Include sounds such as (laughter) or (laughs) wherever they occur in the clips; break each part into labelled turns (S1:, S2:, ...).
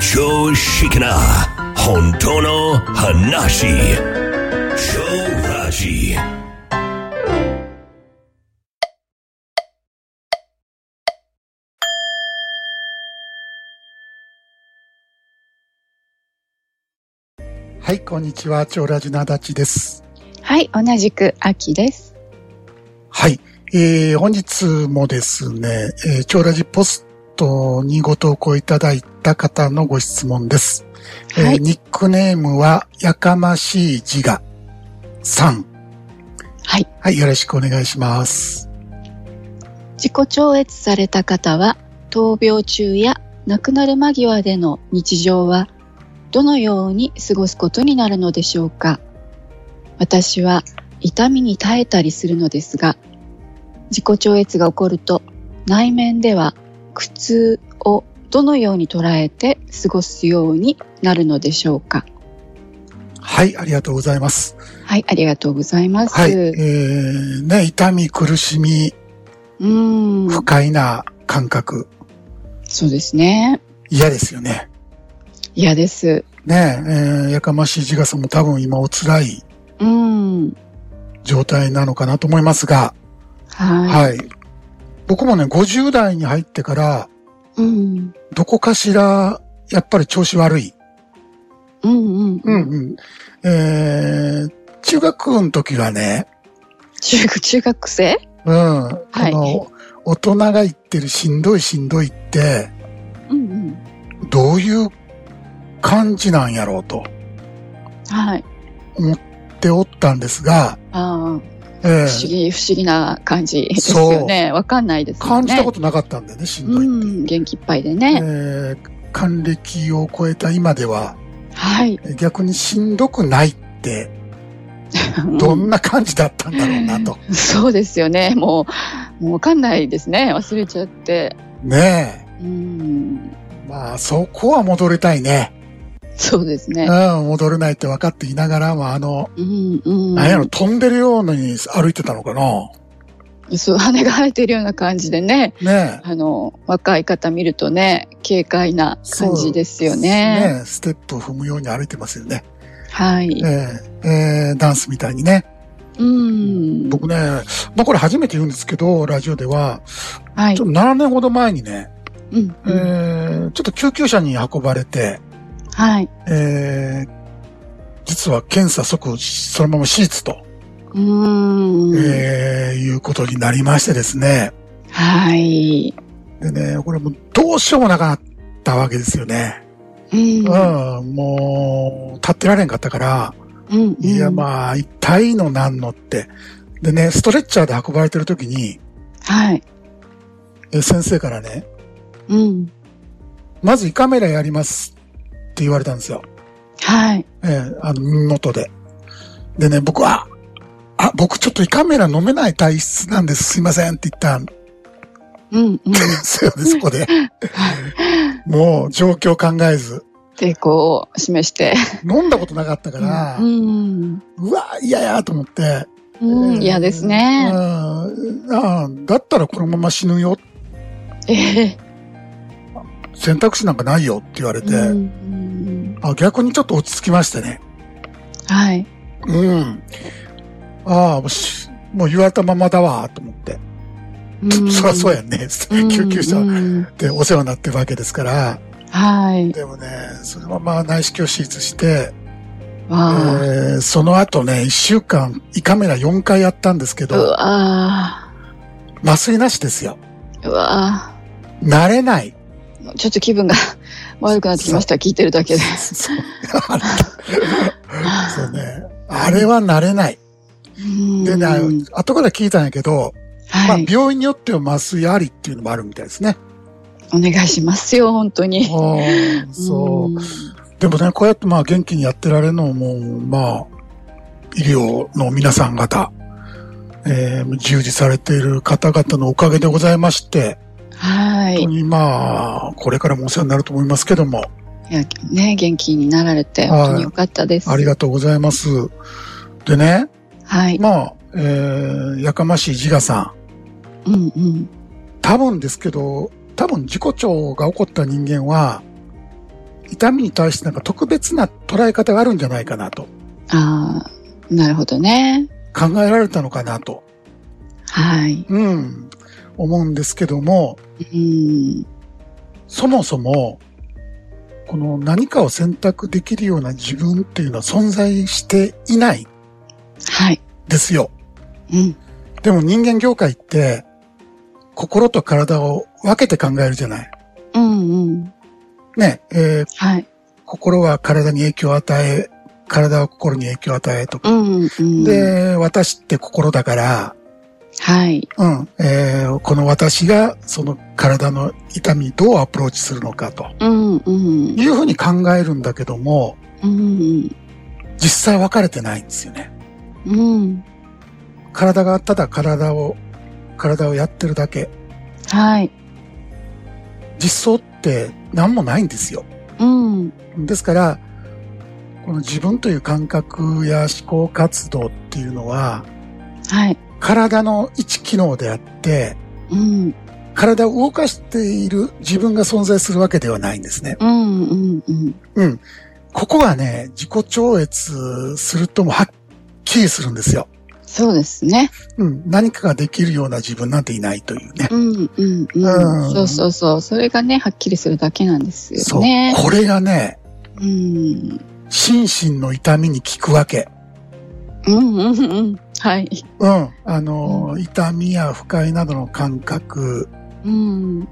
S1: 常識な本当の話超ラジ
S2: はい、こんにちは。超ラジの足立です。
S3: はい、同じく秋です。
S2: はい。えー、本日もですね、えー、超ラジポストにご投稿いただいた方のご質問です。
S3: は
S2: えー
S3: い、
S2: ニックネームは、やかましい自我さん。
S3: はい。
S2: はい、よろしくお願いします。
S3: 自己超越された方は、闘病中や亡くなる間際での日常は、どのように過ごすことになるのでしょうか。私は痛みに耐えたりするのですが、自己超越が起こると、内面では苦痛をどのように捉えて過ごすようになるのでしょうか。
S2: はい、ありがとうございます。
S3: はい、ありがとうございます。
S2: はい。えー、ね、痛み、苦しみ、
S3: うーん、
S2: 不快な感覚、
S3: そうですね。
S2: 嫌ですよね。
S3: 嫌です。
S2: ねえ、えーやかましい自我さんも多分今お辛い
S3: うん。
S2: 状態なのかなと思いますが、
S3: は
S2: はい。僕もね、50代に入ってから、
S3: い。うん。
S2: どこかしら、やっぱり調子悪い。
S3: うんうん。
S2: うん。うん。えー、中学の時はね、
S3: 中学、中学生
S2: うん、
S3: い
S2: この、大人が言ってるしんどいしんどいって、
S3: うんうん。
S2: どういう感じなんやろうと。
S3: はい。
S2: っておったんですが、
S3: ああ、
S2: え
S3: 不思議、不思議な感じですよね。わかんないですよね。
S2: 感じたこととなかったんでね、しんど
S3: う
S2: いって。
S3: ん。元気いっぱいで
S2: え
S3: ね。
S2: ー還暦を超えた今では、
S3: はい。
S2: 逆にしんどくないって、どんな感じだったんだろうなと。
S3: そうですよね。もう、もうわかんないですね。忘れちゃって。
S2: ね
S3: うん。
S2: え。まあ、そこは戻りたいね。
S3: そうです
S2: う
S3: ね。
S2: ん、戻れないって分かっていながらも、あの、
S3: うんうん。
S2: なんやろ、飛んでるように歩いてたのかな。
S3: そう、羽が生えてるような感じでね。
S2: ねえ。
S3: あの、若い方見るとね、軽快な感じですよね。
S2: ねえステップ踏むように歩いてますよね。
S3: はい。
S2: えええーダンスみたいにね。
S3: うん。
S2: 僕ね、まあこれ初めて言うんですけど、ラジオでは、
S3: はい
S2: ちょ。っと7年ほど前にね、
S3: うん
S2: えーちょっと救急車に運ばれて、
S3: はい。
S2: えー実は検査即、そのまま手術と、
S3: うーん。
S2: えーいうことになりましてですね。
S3: はい。
S2: でね、これもうどうしようもなかったわけですよね。
S3: うん。
S2: うん、もう、立ってられんかったから、
S3: うん。
S2: いや、まあ、痛いのなんのって。でね、ストレッチャーで運ばれてる時に、
S3: はい。
S2: えー先生からね、
S3: うん。
S2: まず胃カメラやりますって言われたんですよ。
S3: はい。
S2: ええあの、耳元で。でね、僕は、あ、僕ちょっと胃カメラ飲めない体質なんです。すいませんって言ったんで
S3: うん。うん。
S2: すよね、そこ
S3: (laughs)
S2: で。もう、状況考えず。
S3: 抵抗を示して。
S2: 飲んだことなかったから、
S3: うん。
S2: うわ、嫌やと思って。
S3: うん。
S2: ええ
S3: 嫌です
S2: う
S3: ね。
S2: んあだったらこのまま死ぬよ。
S3: え
S2: 選択肢なんかないよって言われ
S3: え
S2: て、
S3: うん。
S2: あ逆にちょっと落ち着きましてね。
S3: はい。
S2: うん。ああ、もうしもう言われたままだわ、と思って。
S3: ん
S2: そりゃそうやんね。
S3: うん
S2: 救急車
S3: うん
S2: でお世話になってるわけですから。
S3: はい。
S2: でもね、そのまま内視鏡手術して、え
S3: わあ。
S2: ーその後ね、一週間、胃カメラ4回やったんですけ
S3: う
S2: ど、
S3: わあ。
S2: 麻酔なしですよ。
S3: うわあ。
S2: 慣れない。
S3: ちょっと気分が (laughs) 悪くなってきました。聞いてるだけで。
S2: (laughs) そう。あったそうね。あれは慣れない。でね、
S3: うん
S2: 後から聞いたんやけど、ま
S3: は
S2: あ
S3: い。
S2: 病院によっては麻酔ありっていうのもあるみたいですね。
S3: お願いしますよ、本当に。
S2: おーそう。
S3: うん。
S2: でもね、こうやってまあ元気にやってられるのも、まあ、医療の皆さん方、えー従事されている方々のおかげでございまして、
S3: は
S2: 本
S3: い
S2: 当。にまあ、これからもお世話になると思いますけども、
S3: いや、ね、元気になられて、
S2: はい
S3: 本当に良かったです。
S2: ありがとうございます。でね、
S3: はい。
S2: まあ、えーやかましい自我さ
S3: うんうん。
S2: ん、多分ですけど、多分自己調が起こった人間は、痛みに対してなんか特別な捉え方があるんじゃないかなと
S3: ああ、なるほどね。
S2: 考えられたのかなと、
S3: はい。
S2: うん、思うんですけども、
S3: うん。
S2: そもそも、この何かを選択できるような自分っていうのは存在していない
S3: はい。
S2: ですよ。
S3: うん。
S2: でも人間業界って、心と体を分けて考えるじゃない。
S3: うんうん。
S2: ね、えー
S3: はい。
S2: 心は体に影響を与え、体は心に影響を与えとか。
S3: うんうん。、
S2: で、私って心だから、
S3: はい。
S2: うん、えーこの私がその体の痛みにどうアプローチするのかと
S3: うんうん。
S2: いうふうに考えるんだけども、
S3: うん
S2: 実際分かれてないんですよね。
S3: うん。うん。
S2: 体がただ体を、体をやってるだけ。
S3: はい。
S2: 実装って何もないんですよ。
S3: うん。
S2: ですから、この自分という感覚や思考活動っていうのは、
S3: はい。
S2: 体の一機能であって、
S3: うん。
S2: 体を動かしている自分が存在するわけではないんですね。
S3: うんうんうん。
S2: うん。ここはね、自己超越するともはっきりするんですよ。
S3: そうですね。
S2: うん。何かができるような自分なんていないというね。
S3: うんうん
S2: う
S3: うんん。そうそうそう。それがね、はっきりするだけなんですよね。
S2: これがね、
S3: うん。
S2: 心身の痛みに効くわけ。
S3: うんうんうん。はい。
S2: うん。あの、痛みや不快などの感覚、
S3: うん。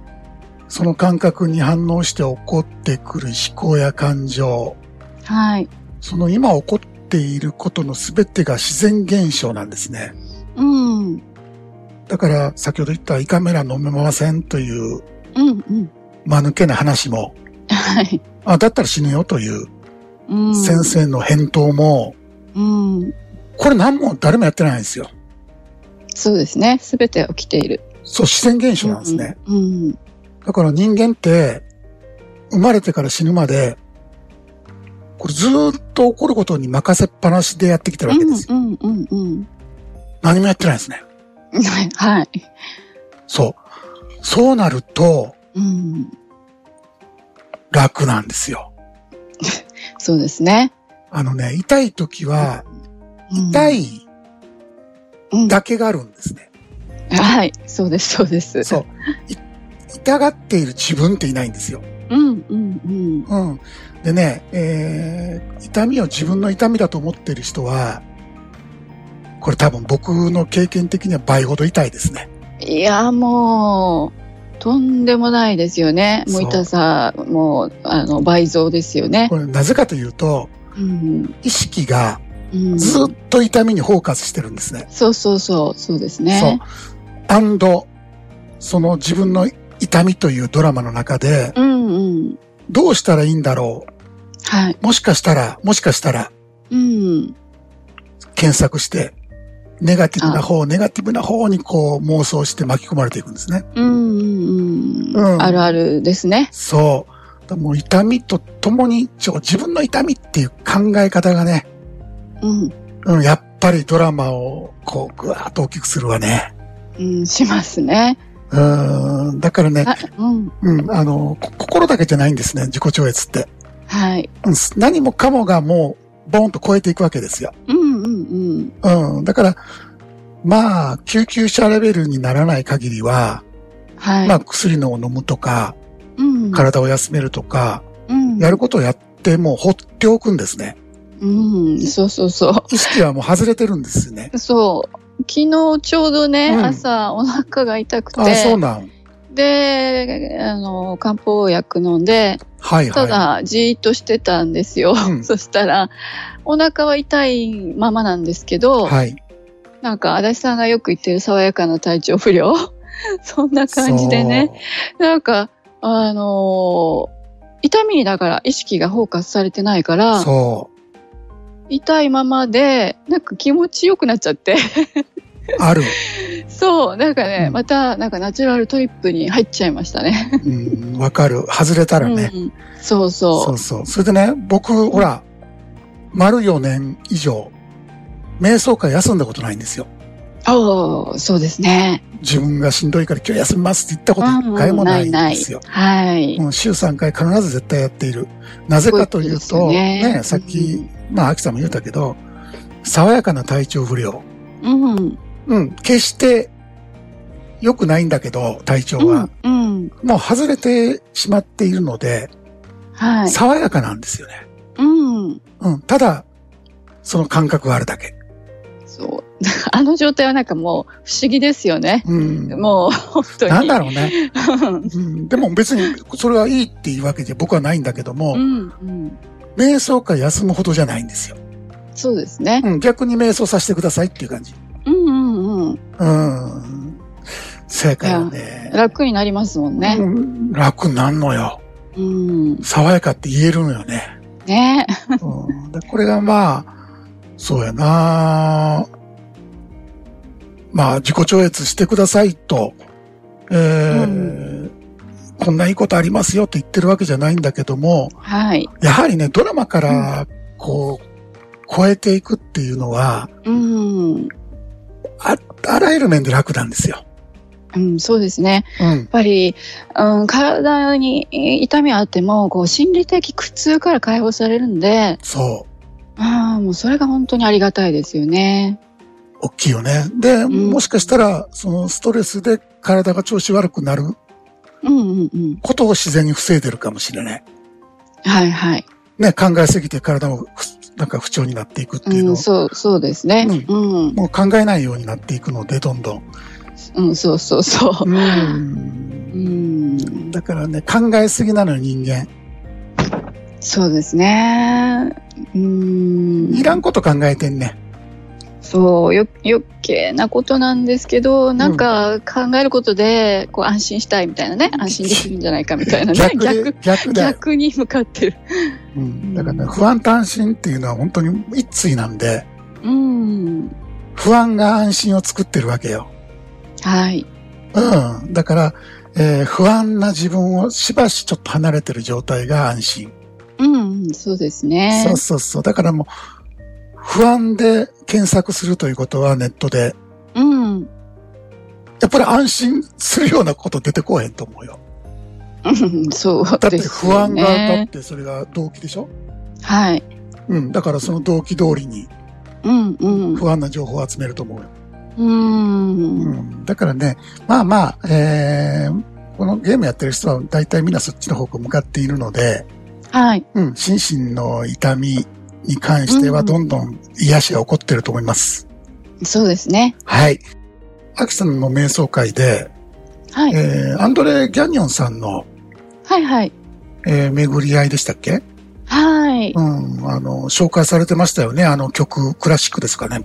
S2: その感覚に反応して起こってくる思考や感情、
S3: はい。
S2: その今起こっていることの全てが自然現象なんですね。
S3: うん。うん
S2: だから、先ほど言った胃カメラ飲めませんという、
S3: うん。
S2: 間抜けな話も、
S3: はい。
S2: あ、だったら死ぬよという
S3: うん。
S2: 先生の返答も、
S3: うん。
S2: これ何も誰もやってないんですよ。
S3: そうですね。すべて起きている。
S2: そう、自然現象なんですね。
S3: うん。
S2: だから人間って、生まれてから死ぬまで、これずーっと起こることに任せっぱなしでやってきてる
S3: う
S2: わけ
S3: ん
S2: ですよ。
S3: うんうんうん。
S2: 何もやってないですね。
S3: はいはい。
S2: そう。そうなると、
S3: うん。
S2: 楽なんですよ。
S3: そうですね。
S2: あのね、痛い時は、
S3: うん
S2: 痛い
S3: うん
S2: だけがあるんですね。
S3: はい。そうです、そうです。
S2: そう。い痛がっている自分っていないんですよ。
S3: うんうん
S2: うん。でね、えー、痛みを自分の痛みだと思っている人は、これ多分僕の経験的には倍ほど痛いですね。
S3: うん。いや、もう、とんでもないですよね。もう
S2: そう
S3: 痛さ、もう、あの、倍増ですよね
S2: こ。れなぜかというと、
S3: うん。
S2: 意識が
S3: うん。
S2: ずっと痛みにフォーカスしてるんですね。
S3: そうそうそう、そうですね。
S2: そう。アンド、その自分の痛みというドラマの中で、
S3: うんうん。
S2: どうしたらいいんだろ
S3: はい。
S2: うもしかしたら、もしかしたら、
S3: うん。
S2: 検索して、ネガティブな方、ネガティブな方にこう妄想して巻き込まれていくんですね。
S3: うんうん
S2: う
S3: うんん。あるあるですね。
S2: そう。だからもう痛みとともに、ちょ自分の痛みっていう考え方がね、
S3: うん。
S2: うん、やっぱりドラマをこう、ぐわーっと大きくするわね。
S3: うん、しますね。
S2: うん、だからね、
S3: あうん。
S2: うん、あの、こ心だけじゃないんですね、自己超越って。
S3: はい。
S2: うん、す何もかもがもう、ボーンと超えていくわけですよ。
S3: うんうんうん。
S2: うん、だから、まあ、救急車レベルにならない限りは、
S3: はい。
S2: まあ、薬のを飲むとか、
S3: うん。
S2: 体を休めるとか、
S3: うん。
S2: やることをやってもう放っておくんですね。
S3: うん、そうそうそ
S2: 意識はもう外れてるんですよね。
S3: う。そう。昨日ちょうどね、
S2: うん
S3: 朝お腹が痛く
S2: ああ、そう
S3: て、
S2: なん。
S3: で、あの、漢方薬飲んで、
S2: はいはい。
S3: ただじーっとしてたんですよ。
S2: うん
S3: そしたら、お腹は痛いままなんですけど、
S2: はい。
S3: なんか足立さんがよく言ってる爽やかな体調不良 (laughs) そんな感じでね、なんか、あの痛みにだから意識がフォーカスされてないか
S2: そう。
S3: ら、
S2: そ
S3: 痛いままで、なんか気持ちよくなっちゃって。 (laughs)
S2: う。ある。
S3: そう、なんかね、
S2: うん
S3: また、なんかナチュラルトリップに入っちゃいましたね。
S2: うん、わかる。外れたらね。
S3: うん、そうそう。
S2: そうそう。それでね、僕、ほら、丸4年以上、瞑想会休んだことないんですよ。
S3: おーそうですね。
S2: 自分がしんどいから今日休みますって言ったこと一回もないんですよ。
S3: うんはい。
S2: うん、週3回必ず絶対やっている。なぜかという
S3: すご
S2: と、
S3: いですよね
S2: ねさっき、まあ、秋さんも言ったけど、爽やかな体調不良。
S3: うん。うん。
S2: うん、決して良くないんだけど、体調は。
S3: うん。
S2: もう外れてしまっているので、
S3: はい。
S2: 爽やかなんですよね。
S3: うん。
S2: うん、ただ、その感覚があるだけ。
S3: そう。 (laughs) あの状態はなんかもう不思議ですよね。
S2: うん。
S3: もう本当に。
S2: なんだろうね。
S3: うん
S2: うん、でも別に、それはいいっていうわけで僕はないんだけども、
S3: (laughs) うん。うん。
S2: 瞑想か休むほどじゃないんですよ。
S3: そうですね。
S2: うん、逆に瞑想させてくださいっていう感じ。
S3: うんうんうん。
S2: うん。正解よね。
S3: 楽になりますもんね。
S2: うん楽なんのよ。
S3: うん。
S2: 爽やかって言えるのよね。
S3: ね
S2: うん、でこれがまあ、そうやなまあ、自己超越してくださいと、えーこんないいことありますよと言ってるわけじゃないんだけども、
S3: はい。
S2: やはりね、ドラマから、こう、超えていくっていうのは、
S3: うん。
S2: あ、あらゆる面で楽なんですよ。
S3: うん、そうですね。
S2: うん
S3: やっ。ぱり、うん、体に痛みはあっても、こう、心理的苦痛から解放されるんで、
S2: そう。
S3: ああ、もうそれが本当にありがたいですよね。
S2: 大きいよね。で、
S3: ん
S2: もしかしたら、そのストレスで体が調子悪くなる
S3: うんうんうん。
S2: ことを自然に防いでるかもしれない。
S3: はいはい。
S2: ね、考えすぎて体もふなんか不調になっていくっていう
S3: う
S2: のを
S3: ん、、そう、そうですね。
S2: う
S3: うん。
S2: もう考えないようになっていくので、どんどん。
S3: うん、そうそうそう。
S2: うん
S3: うん。
S2: だからね、考えすぎなのよ、人間。
S3: そうですね。うん。
S2: いらんこと考えてんね。
S3: そう、よ、余計なことなんですけど、なんか考えることで、こう安心したいみたいなね、安心できるんじゃないかみたいなね、
S2: 逆で
S3: 逆、
S2: 逆だよ。
S3: 逆に向かってる。
S2: うん。だからね、不安と安心っていうのは本当に一対なんで、
S3: うん。
S2: 不安が安心を作ってるわけよ。
S3: はい。
S2: うん。だから、えー不安な自分をしばしちょっと離れてる状態が安心。
S3: うんうん、そうですね
S2: そう。そうそう。だからもう、不安で検索するということはネットで、
S3: うん。 (laughs)
S2: やっぱり安心するようなこと出てこへんと思うよ。
S3: うんそう
S2: だって
S3: です
S2: 不
S3: よ
S2: 安が、だっ
S3: ね。
S2: てそれが動機でしょ
S3: はい。
S2: うん。だからその動機通りに
S3: うんうん。
S2: 不安な情報を集めると思うよ。
S3: うん。
S2: うん。だからね、まあまあ、えーこのゲームやってる人は大体みんなそっちの方向向かっているので、
S3: はい。
S2: うん、心身の痛みに関してはどんどん癒しが起こってると思います。
S3: そうですね。
S2: はい。アキさんの瞑想会で、
S3: はい。
S2: えー、アンドレ・ギャニオンさんの、
S3: はいはい。
S2: えー巡り合いでしたっけ
S3: はい。
S2: うん、あの、紹介されてましたよね。あの曲、クラシックですかね。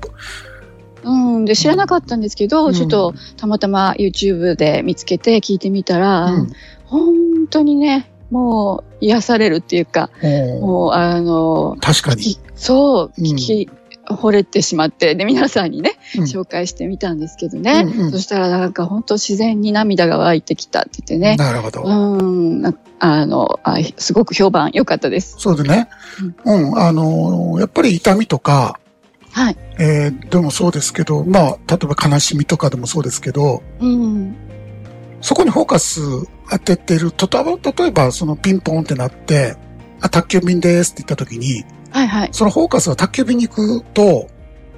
S3: うん。で、知らなかったんですけど、
S2: うん
S3: ちょっと、たまたま YouTube で見つけて聞いてみたら、
S2: うん。
S3: 本当にね、もう癒されるっていうか、
S2: おー
S3: もうあの、
S2: 確かに。
S3: きそう、
S2: うん
S3: 聞き、惚れてしまって、で、皆さんにね、
S2: うん
S3: 紹介してみたんですけどね、
S2: うんうん
S3: そしたらなんか本当自然に涙が湧いてきたって言ってね、
S2: なるほど。
S3: うん、なあのあ、すごく評判良かったです。
S2: そうでね。うん、あのーやっぱり痛みとか、
S3: はい。
S2: えーでもそうですけど、まあ、例えば悲しみとかでもそうですけど、
S3: うん、
S2: そこにフォーカス当ててる、とた例えばそのピンポンってなって、あ、宅急便ですって言った時に、
S3: はいはい、
S2: そのフォーカスが宅急便に行くと、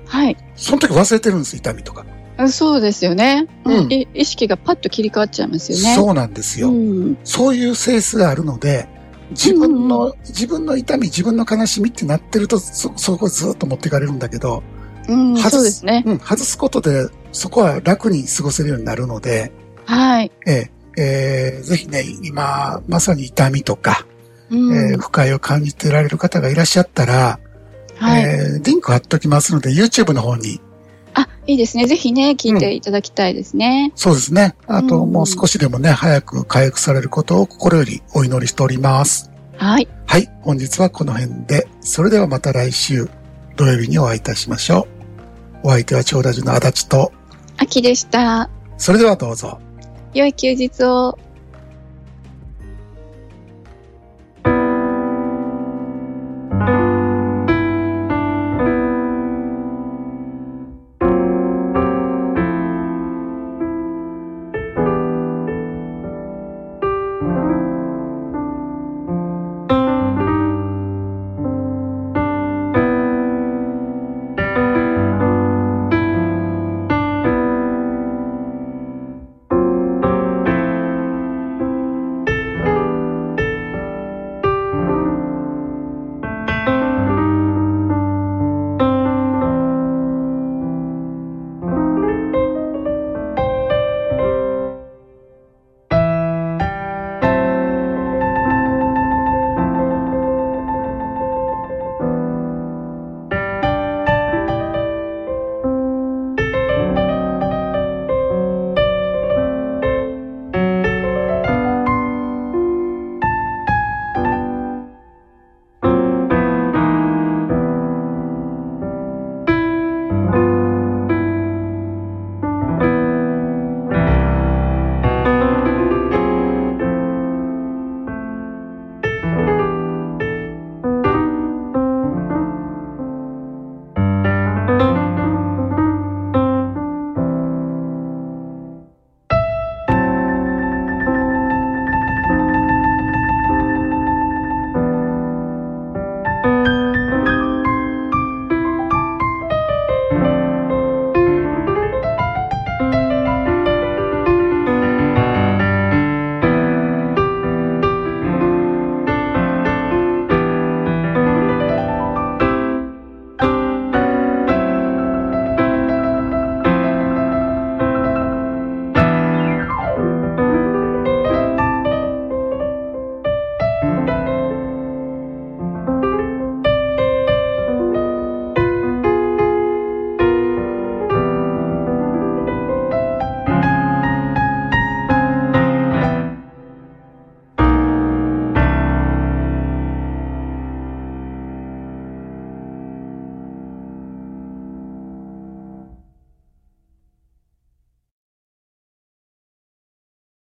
S3: はい。
S2: その時忘れてるんです、痛みとか。
S3: そうですよね。
S2: うん
S3: い意識がパッと切り替わっちゃいますよね。
S2: そうなんですよ、
S3: うん、
S2: そういう性質があるので、自分の、自分の痛み、自分の悲しみってなってると、そ、そこずっと持っていかれるんだけど、
S3: うん、
S2: 外す
S3: そうですね。
S2: うん、外すことで、そこは楽に過ごせるようになるので、
S3: はい。
S2: えーえーぜひね、今、まさに痛みとか、
S3: うん
S2: えー不快を感じてられる方がいらっしゃったら、
S3: はい。
S2: えーリンク貼っときますので、YouTube の方に、
S3: あ、いいですね。ぜひね、聞いていただきたいですね。
S2: そうですね。あと、
S3: うん
S2: もう少しでもね、早く回復されることを心よりお祈りしております。
S3: はい。
S2: はい、本日はこの辺で、それではまた来週、土曜日にお会いいたしましょう。お相手は長ラジの足立と、
S3: 秋でした。
S2: それではどうぞ。
S3: 良い休日を。